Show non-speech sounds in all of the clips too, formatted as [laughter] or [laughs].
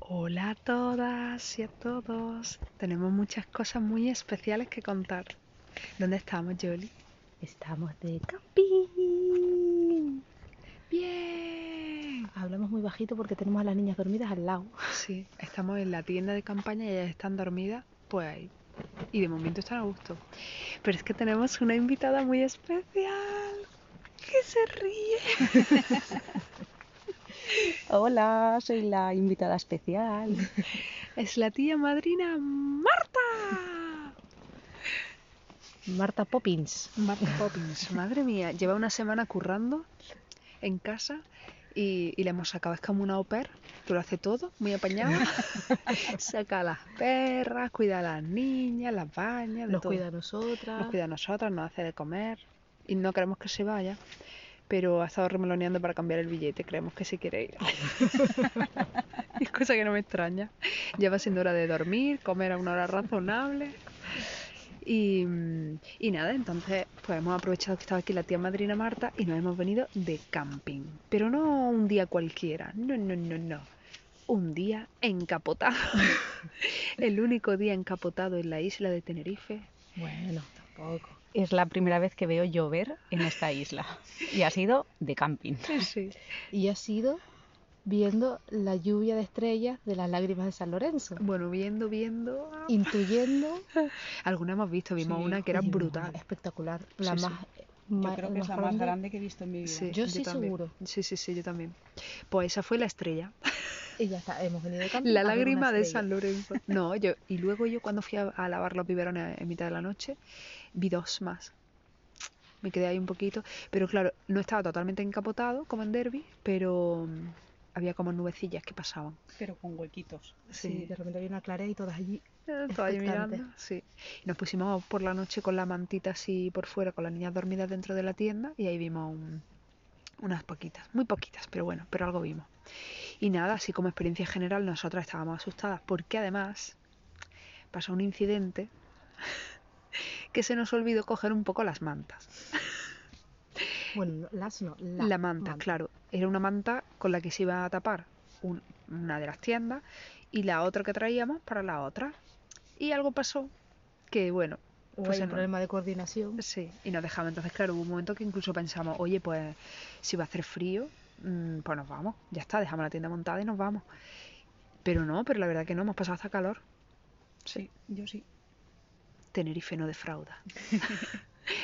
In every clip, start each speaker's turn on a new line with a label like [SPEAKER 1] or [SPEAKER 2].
[SPEAKER 1] Hola a todas y a todos. Tenemos muchas cosas muy especiales que contar. ¿Dónde estamos, Jolie?
[SPEAKER 2] Estamos de camping.
[SPEAKER 1] Bien.
[SPEAKER 2] Hablamos muy bajito porque tenemos a las niñas dormidas al lado.
[SPEAKER 1] Sí, estamos en la tienda de campaña y ellas están dormidas, pues ahí. Y de momento están a gusto. Pero es que tenemos una invitada muy especial que se ríe.
[SPEAKER 2] Hola, soy la invitada especial.
[SPEAKER 1] Es la tía madrina Marta.
[SPEAKER 2] Marta Poppins.
[SPEAKER 1] Marta Poppins, madre mía, lleva una semana currando en casa y, y la hemos sacado. Es como una au pair, que lo hace todo, muy apañada. Saca a las perras, cuida a las niñas, las baña, de
[SPEAKER 2] Nos
[SPEAKER 1] todo.
[SPEAKER 2] cuida a nosotras.
[SPEAKER 1] Nos cuida a nosotras, nos hace de comer y no queremos que se vaya. Pero ha estado remeloneando para cambiar el billete, creemos que se quiere [laughs] ir. es cosa que no me extraña. Ya va siendo hora de dormir, comer a una hora razonable. Y, mm, y nada, entonces pues hemos aprovechado que estaba aquí la tía madrina Marta y nos hemos venido de camping. Pero no un día cualquiera, no, no, no, no. Un día [laughs] encapotado. El único día encapotado en la isla de Tenerife,
[SPEAKER 2] Bueno, tampoco.
[SPEAKER 3] Es la primera vez que veo llover en esta isla. Y ha sido de camping.
[SPEAKER 1] Sí.
[SPEAKER 2] Y ha sido viendo la lluvia de estrellas de las lágrimas de San Lorenzo.
[SPEAKER 1] Bueno, viendo, viendo.
[SPEAKER 2] Intuyendo.
[SPEAKER 1] Alguna hemos visto, vimos una que era
[SPEAKER 2] Oye, no,
[SPEAKER 1] brutal.
[SPEAKER 2] Espectacular. La
[SPEAKER 1] Sí, sí.
[SPEAKER 2] más.
[SPEAKER 4] Yo creo que es la más grande que he visto en mi vida.
[SPEAKER 1] Sí,
[SPEAKER 2] Yo sí
[SPEAKER 1] también.
[SPEAKER 2] seguro.
[SPEAKER 1] Sí, sí, sí, yo también. Pues esa fue la estrella.
[SPEAKER 2] Y ya está, hemos venido de camping
[SPEAKER 1] La
[SPEAKER 2] a ver una
[SPEAKER 1] lágrima de
[SPEAKER 2] estrella.
[SPEAKER 1] San Lorenzo. No, yo. Y luego yo cuando fui a, a lavar los biberones en mitad de la noche, vi dos más. Me quedé ahí un poquito. Pero claro, no estaba totalmente encapotado como en Derby, pero mm, había como nubecillas que pasaban.
[SPEAKER 4] Pero con huequitos.
[SPEAKER 2] Sí, de repente había una clarea y todas allí
[SPEAKER 1] Estaba Eh, ahí
[SPEAKER 2] Expectante.
[SPEAKER 1] mirando, sí. Y nos pusimos por la noche con la mantita así por fuera, con las niñas dormidas dentro de la tienda y ahí vimos un- unas poquitas, muy poquitas, pero bueno, pero algo vimos. Y nada, así como experiencia general, nosotras estábamos asustadas porque además pasó un incidente [laughs] que se nos olvidó coger un poco las mantas.
[SPEAKER 2] Bueno, no, las no, la,
[SPEAKER 1] La manta, claro. Era una manta con la que se iba a tapar un- una de las tiendas y la otra que traíamos para la otra. Y algo pasó que, bueno,
[SPEAKER 2] O
[SPEAKER 1] Pues
[SPEAKER 2] hay
[SPEAKER 1] en-
[SPEAKER 2] un problema de coordinación.
[SPEAKER 1] sí, y nos dejaba. Entonces, claro, hubo un momento que incluso pensamos, oye, pues si va a hacer frío, mm, pues nos vamos. Ya está, dejamos la tienda montada y nos vamos. Pero no, pero la verdad que no, hemos pasado hasta calor.
[SPEAKER 4] Sí, yo sí.
[SPEAKER 1] Tenerife
[SPEAKER 4] [laughs]
[SPEAKER 1] no defrauda.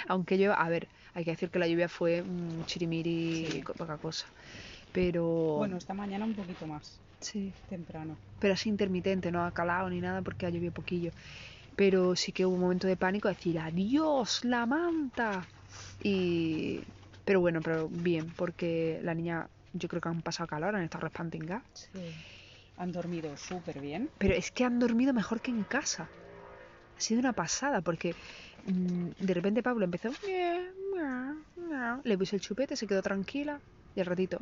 [SPEAKER 1] Aunque yo, a ver, hay que decir que la lluvia fue un chirimiri,
[SPEAKER 4] Sí.
[SPEAKER 1] co- poca cosa. Pero...
[SPEAKER 4] Bueno, esta mañana un poquito más
[SPEAKER 1] Sí,
[SPEAKER 4] temprano.
[SPEAKER 1] pero así intermitente, no ha calado ni nada porque ha llovido poquillo. Pero sí que hubo un momento de pánico, de decir adiós, la manta. Y. Pero bueno, pero bien, porque la niña, yo creo que han pasado calor, han estado respantingadas.
[SPEAKER 2] Sí.
[SPEAKER 4] Han dormido súper bien.
[SPEAKER 1] Pero es que han dormido mejor que en casa. Ha sido una pasada, porque mm, de repente Pablo empezó. Le puse el chupete, se quedó tranquila. Y al ratito,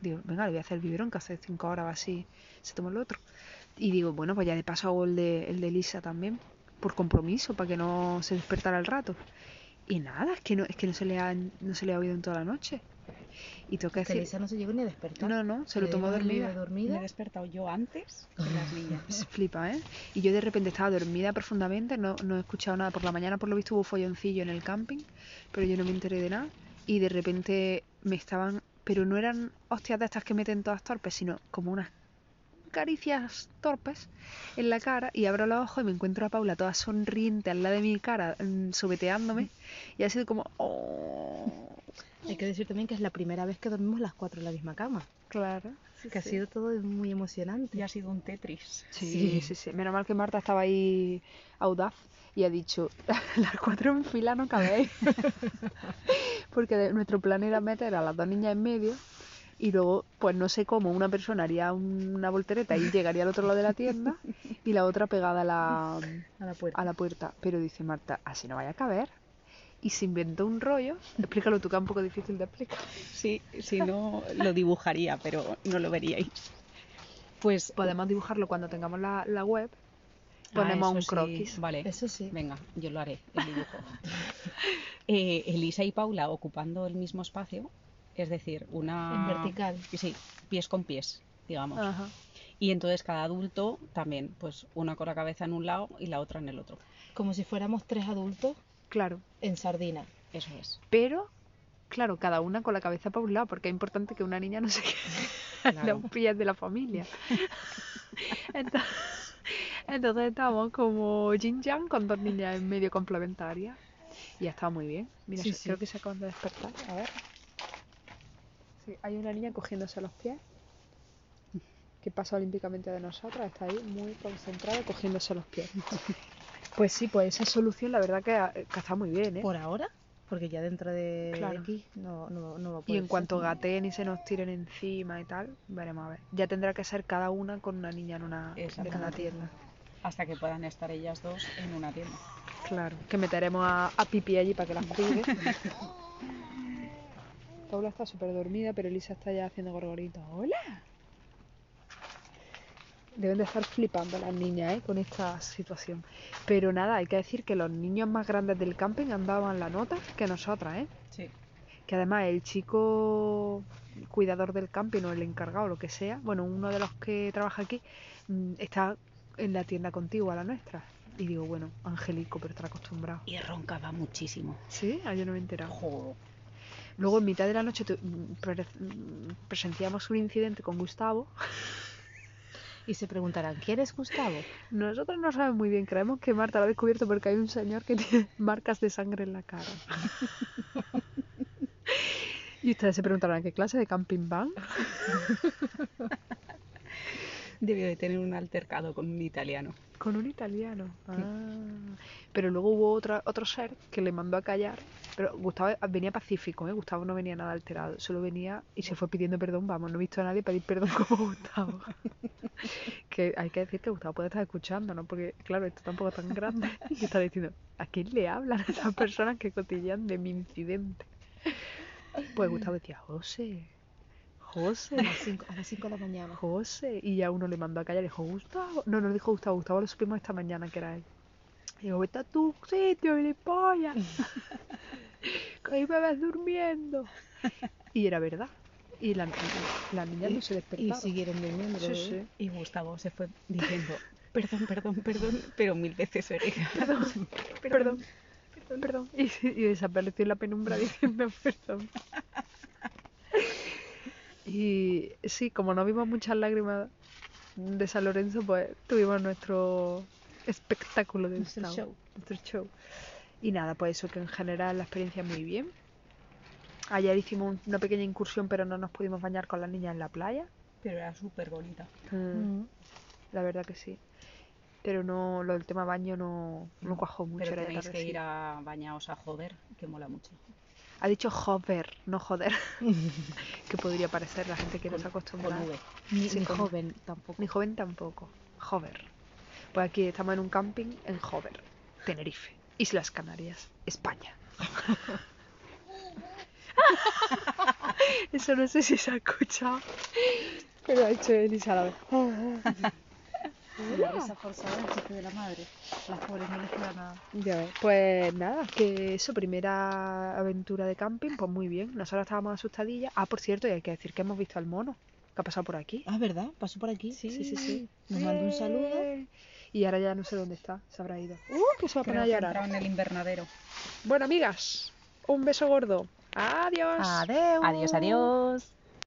[SPEAKER 1] digo, venga, le voy a hacer el biberón, que hace cinco horas o así se tomó el otro. Y digo, bueno, pues ya de paso hago el de, el de Lisa también, por compromiso, para que no se despertara al rato. Y nada, es que no, es que no se le ha, no se le ha oído en toda la noche. Y tengo que
[SPEAKER 2] Que
[SPEAKER 1] decir,
[SPEAKER 2] Lisa no se llegó ni a despertar.
[SPEAKER 1] no, no, se lo tomó dormida.
[SPEAKER 4] Me he despertado yo antes que las [laughs] niñas.
[SPEAKER 1] Se flipa, ¿eh? Y yo de repente estaba dormida profundamente, no, no he escuchado nada. Por la mañana, por lo visto, hubo folloncillo en el camping, pero yo no me enteré de nada. Y de repente me estaban. Pero no eran hostias de estas que meten todas torpes, sino como unas caricias torpes en la cara. Y abro los ojos y me encuentro a Paula toda sonriente al lado de mi cara, mm, sobeteándome. Y ha sido como. "Oh".
[SPEAKER 2] Hay que decir también que es la primera vez que dormimos las cuatro en la misma cama.
[SPEAKER 1] Claro.
[SPEAKER 2] que ha sido todo muy emocionante.
[SPEAKER 4] Y ha sido un Tetris.
[SPEAKER 1] Sí,
[SPEAKER 2] Sí.
[SPEAKER 1] sí, sí. Menos mal que Marta estaba ahí audaz y ha dicho, [laughs] las cuatro en fila no cabéis. [laughs] Porque de- nuestro plan era meter a las dos niñas en medio y luego, pues no sé cómo, una persona haría un- una voltereta y llegaría al otro lado de la tienda y la otra pegada a la,
[SPEAKER 2] A la puerta.
[SPEAKER 1] a la puerta. Pero dice Marta, así no vaya a caber. Y se inventó un rollo. Explícalo tú, que es un poco difícil de explicar.
[SPEAKER 4] Sí, si no lo dibujaría, pero no lo veríais. Pues
[SPEAKER 1] Podemos dibujarlo cuando tengamos la, la web.
[SPEAKER 3] Ah,
[SPEAKER 1] Ponemos un croquis.
[SPEAKER 3] Vale.
[SPEAKER 2] Eso sí.
[SPEAKER 3] Venga, yo lo haré, el dibujo. [laughs] Eh, Elisa y Paula ocupando el mismo espacio, es decir, una.
[SPEAKER 2] En vertical.
[SPEAKER 3] Sí, pies con pies, digamos.
[SPEAKER 1] Ajá.
[SPEAKER 3] Y entonces cada adulto también, pues una con la cabeza en un lado y la otra en el otro.
[SPEAKER 2] Como si fuéramos tres adultos
[SPEAKER 1] Claro.
[SPEAKER 2] en sardina.
[SPEAKER 3] Eso es.
[SPEAKER 1] Pero, claro, cada una con la cabeza para un lado, porque es importante que una niña no se quede [laughs] en
[SPEAKER 3] Claro.
[SPEAKER 1] los pies de la familia. [laughs] Entonces, entonces estábamos como Jin Yang con dos niñas en medio complementarias. Y ha estado muy bien. Mira,
[SPEAKER 2] Sí,
[SPEAKER 1] se-
[SPEAKER 2] sí.
[SPEAKER 1] creo que se acaban de despertar. A ver. Sí, hay una niña cogiéndose los pies. Que pasa olímpicamente de nosotras, está ahí muy concentrada cogiéndose los
[SPEAKER 2] [laughs]
[SPEAKER 1] pies. Pues sí, pues esa solución la verdad que ha, que ha estado muy bien, ¿eh?
[SPEAKER 2] Por ahora, porque ya dentro de
[SPEAKER 1] Claro.
[SPEAKER 2] aquí no, no, no va a
[SPEAKER 1] Y
[SPEAKER 2] poder
[SPEAKER 1] en
[SPEAKER 2] ser.
[SPEAKER 1] cuanto gateen y se nos tiren encima y tal, veremos a ver. Ya tendrá que ser cada una con una niña en una de cada
[SPEAKER 3] Exactamente.
[SPEAKER 1] tienda.
[SPEAKER 3] Hasta que puedan estar ellas dos en una tienda.
[SPEAKER 1] Claro. Que meteremos a, a Pipi allí para que las cuide. Paula está súper dormida, pero Elisa está ya haciendo gorgoritos. ¡Hola! Deben de estar flipando las niñas ¿eh? con esta situación. Pero nada, hay que decir que los niños más grandes del camping andaban la nota que nosotras, ¿eh?
[SPEAKER 3] Sí.
[SPEAKER 1] que además el chico cuidador del camping o el encargado, lo que sea, bueno, uno de los que trabaja aquí, mm, está en la tienda contigua a la nuestra. Y digo, bueno, Angelico, pero está acostumbrado.
[SPEAKER 3] Y roncaba muchísimo.
[SPEAKER 1] Sí, ah, yo no me he enterado.
[SPEAKER 3] Ojo.
[SPEAKER 1] Luego, en mitad de la noche, tu- mm, pre- mm, presenciamos un incidente con Gustavo. [laughs]
[SPEAKER 2] Y se preguntarán, ¿quién es Gustavo?
[SPEAKER 1] Nosotros no sabemos muy bien, creemos que Marta lo ha descubierto porque hay un señor que [laughs] tiene marcas de sangre en la cara. [laughs] y ustedes se preguntarán, ¿qué clase de camping van?
[SPEAKER 3] Debió de tener un altercado con un italiano.
[SPEAKER 1] Con un italiano. Ah. Pero luego hubo otra, otro ser que le mandó a callar. Pero Gustavo venía pacífico, ¿eh? Gustavo no venía nada alterado. Solo venía y se fue pidiendo perdón. Vamos, no he visto a nadie pedir perdón [laughs] como Gustavo. que hay que decir que Gustavo puede estar escuchando, ¿no? Porque, claro, esto tampoco es tan grande. Y está diciendo, ¿a quién le hablan estas personas que cotillan de mi incidente? Pues Gustavo decía, José, José.
[SPEAKER 2] A las 5 de la mañana.
[SPEAKER 1] José. Y ya uno le mandó a callar y dijo, Gustavo. No, no dijo Gustavo, Gustavo lo supimos esta mañana que era él. Y digo, vete a tu sitio,
[SPEAKER 2] [laughs]
[SPEAKER 1] gilipollas. que ahí me ves durmiendo. Y era verdad. Y la, la niña no se
[SPEAKER 2] Y
[SPEAKER 1] despertaba.
[SPEAKER 2] siguieron durmiendo.
[SPEAKER 1] Sí,
[SPEAKER 2] ¿eh?
[SPEAKER 1] sí.
[SPEAKER 3] Y Gustavo se fue diciendo, perdón, perdón, perdón, pero mil veces seguidas.
[SPEAKER 1] Perdón, perdón, perdón, perdón. Y, y desapareció en la penumbra diciendo perdón. Y sí, como no vimos muchas lágrimas de San Lorenzo, pues tuvimos nuestro espectáculo de
[SPEAKER 2] Nuestro
[SPEAKER 1] Gustavo,
[SPEAKER 2] show.
[SPEAKER 1] nuestro show. Y nada, pues eso que en general la experiencia muy bien. Ayer hicimos un- una pequeña incursión, pero no nos pudimos bañar con las niñas en la playa.
[SPEAKER 3] [laughs] Pero era súper bonita.
[SPEAKER 2] Mm.
[SPEAKER 1] La verdad que sí. Pero no, lo del tema baño no, no cuajó mucho.
[SPEAKER 3] Pero
[SPEAKER 1] era de
[SPEAKER 3] tenéis que
[SPEAKER 1] tardecita.
[SPEAKER 3] ir a bañaos a joder, que mola mucho.
[SPEAKER 1] Ha dicho joder, no joder. [laughs] que podría parecer la gente que no se acostumbra.
[SPEAKER 3] Con V.
[SPEAKER 2] Ni,
[SPEAKER 1] Sí,
[SPEAKER 2] ni
[SPEAKER 1] con-
[SPEAKER 2] joven tampoco.
[SPEAKER 1] Ni joven tampoco. Jover. Pues aquí estamos en un camping en Jover, Tenerife, Islas Canarias,
[SPEAKER 2] [laughs]
[SPEAKER 1] España. Eso no sé si se ha escuchado. Pero ha hecho Elisa a la
[SPEAKER 2] [laughs]
[SPEAKER 1] vez.
[SPEAKER 2] La risa forzada del chiste de la madre. Las pobres no les queda nada.
[SPEAKER 1] Ya ves. Pues nada, que su primera aventura de camping, pues muy bien. Nosotros estábamos asustadillas. Ah, por cierto, y hay que decir que hemos visto al mono que ha pasado por aquí.
[SPEAKER 2] Ah, ¿verdad? Pasó por aquí.
[SPEAKER 1] Sí, sí, sí.
[SPEAKER 2] Nos mandó un saludo.
[SPEAKER 1] Eh. Y ahora ya no sé dónde está, se habrá ido. ¡Uh, que se va a poner a llorar!
[SPEAKER 3] en el invernadero.
[SPEAKER 1] Bueno, amigas, un beso gordo. Adiós.
[SPEAKER 2] Adiós.
[SPEAKER 3] Adiós, adiós.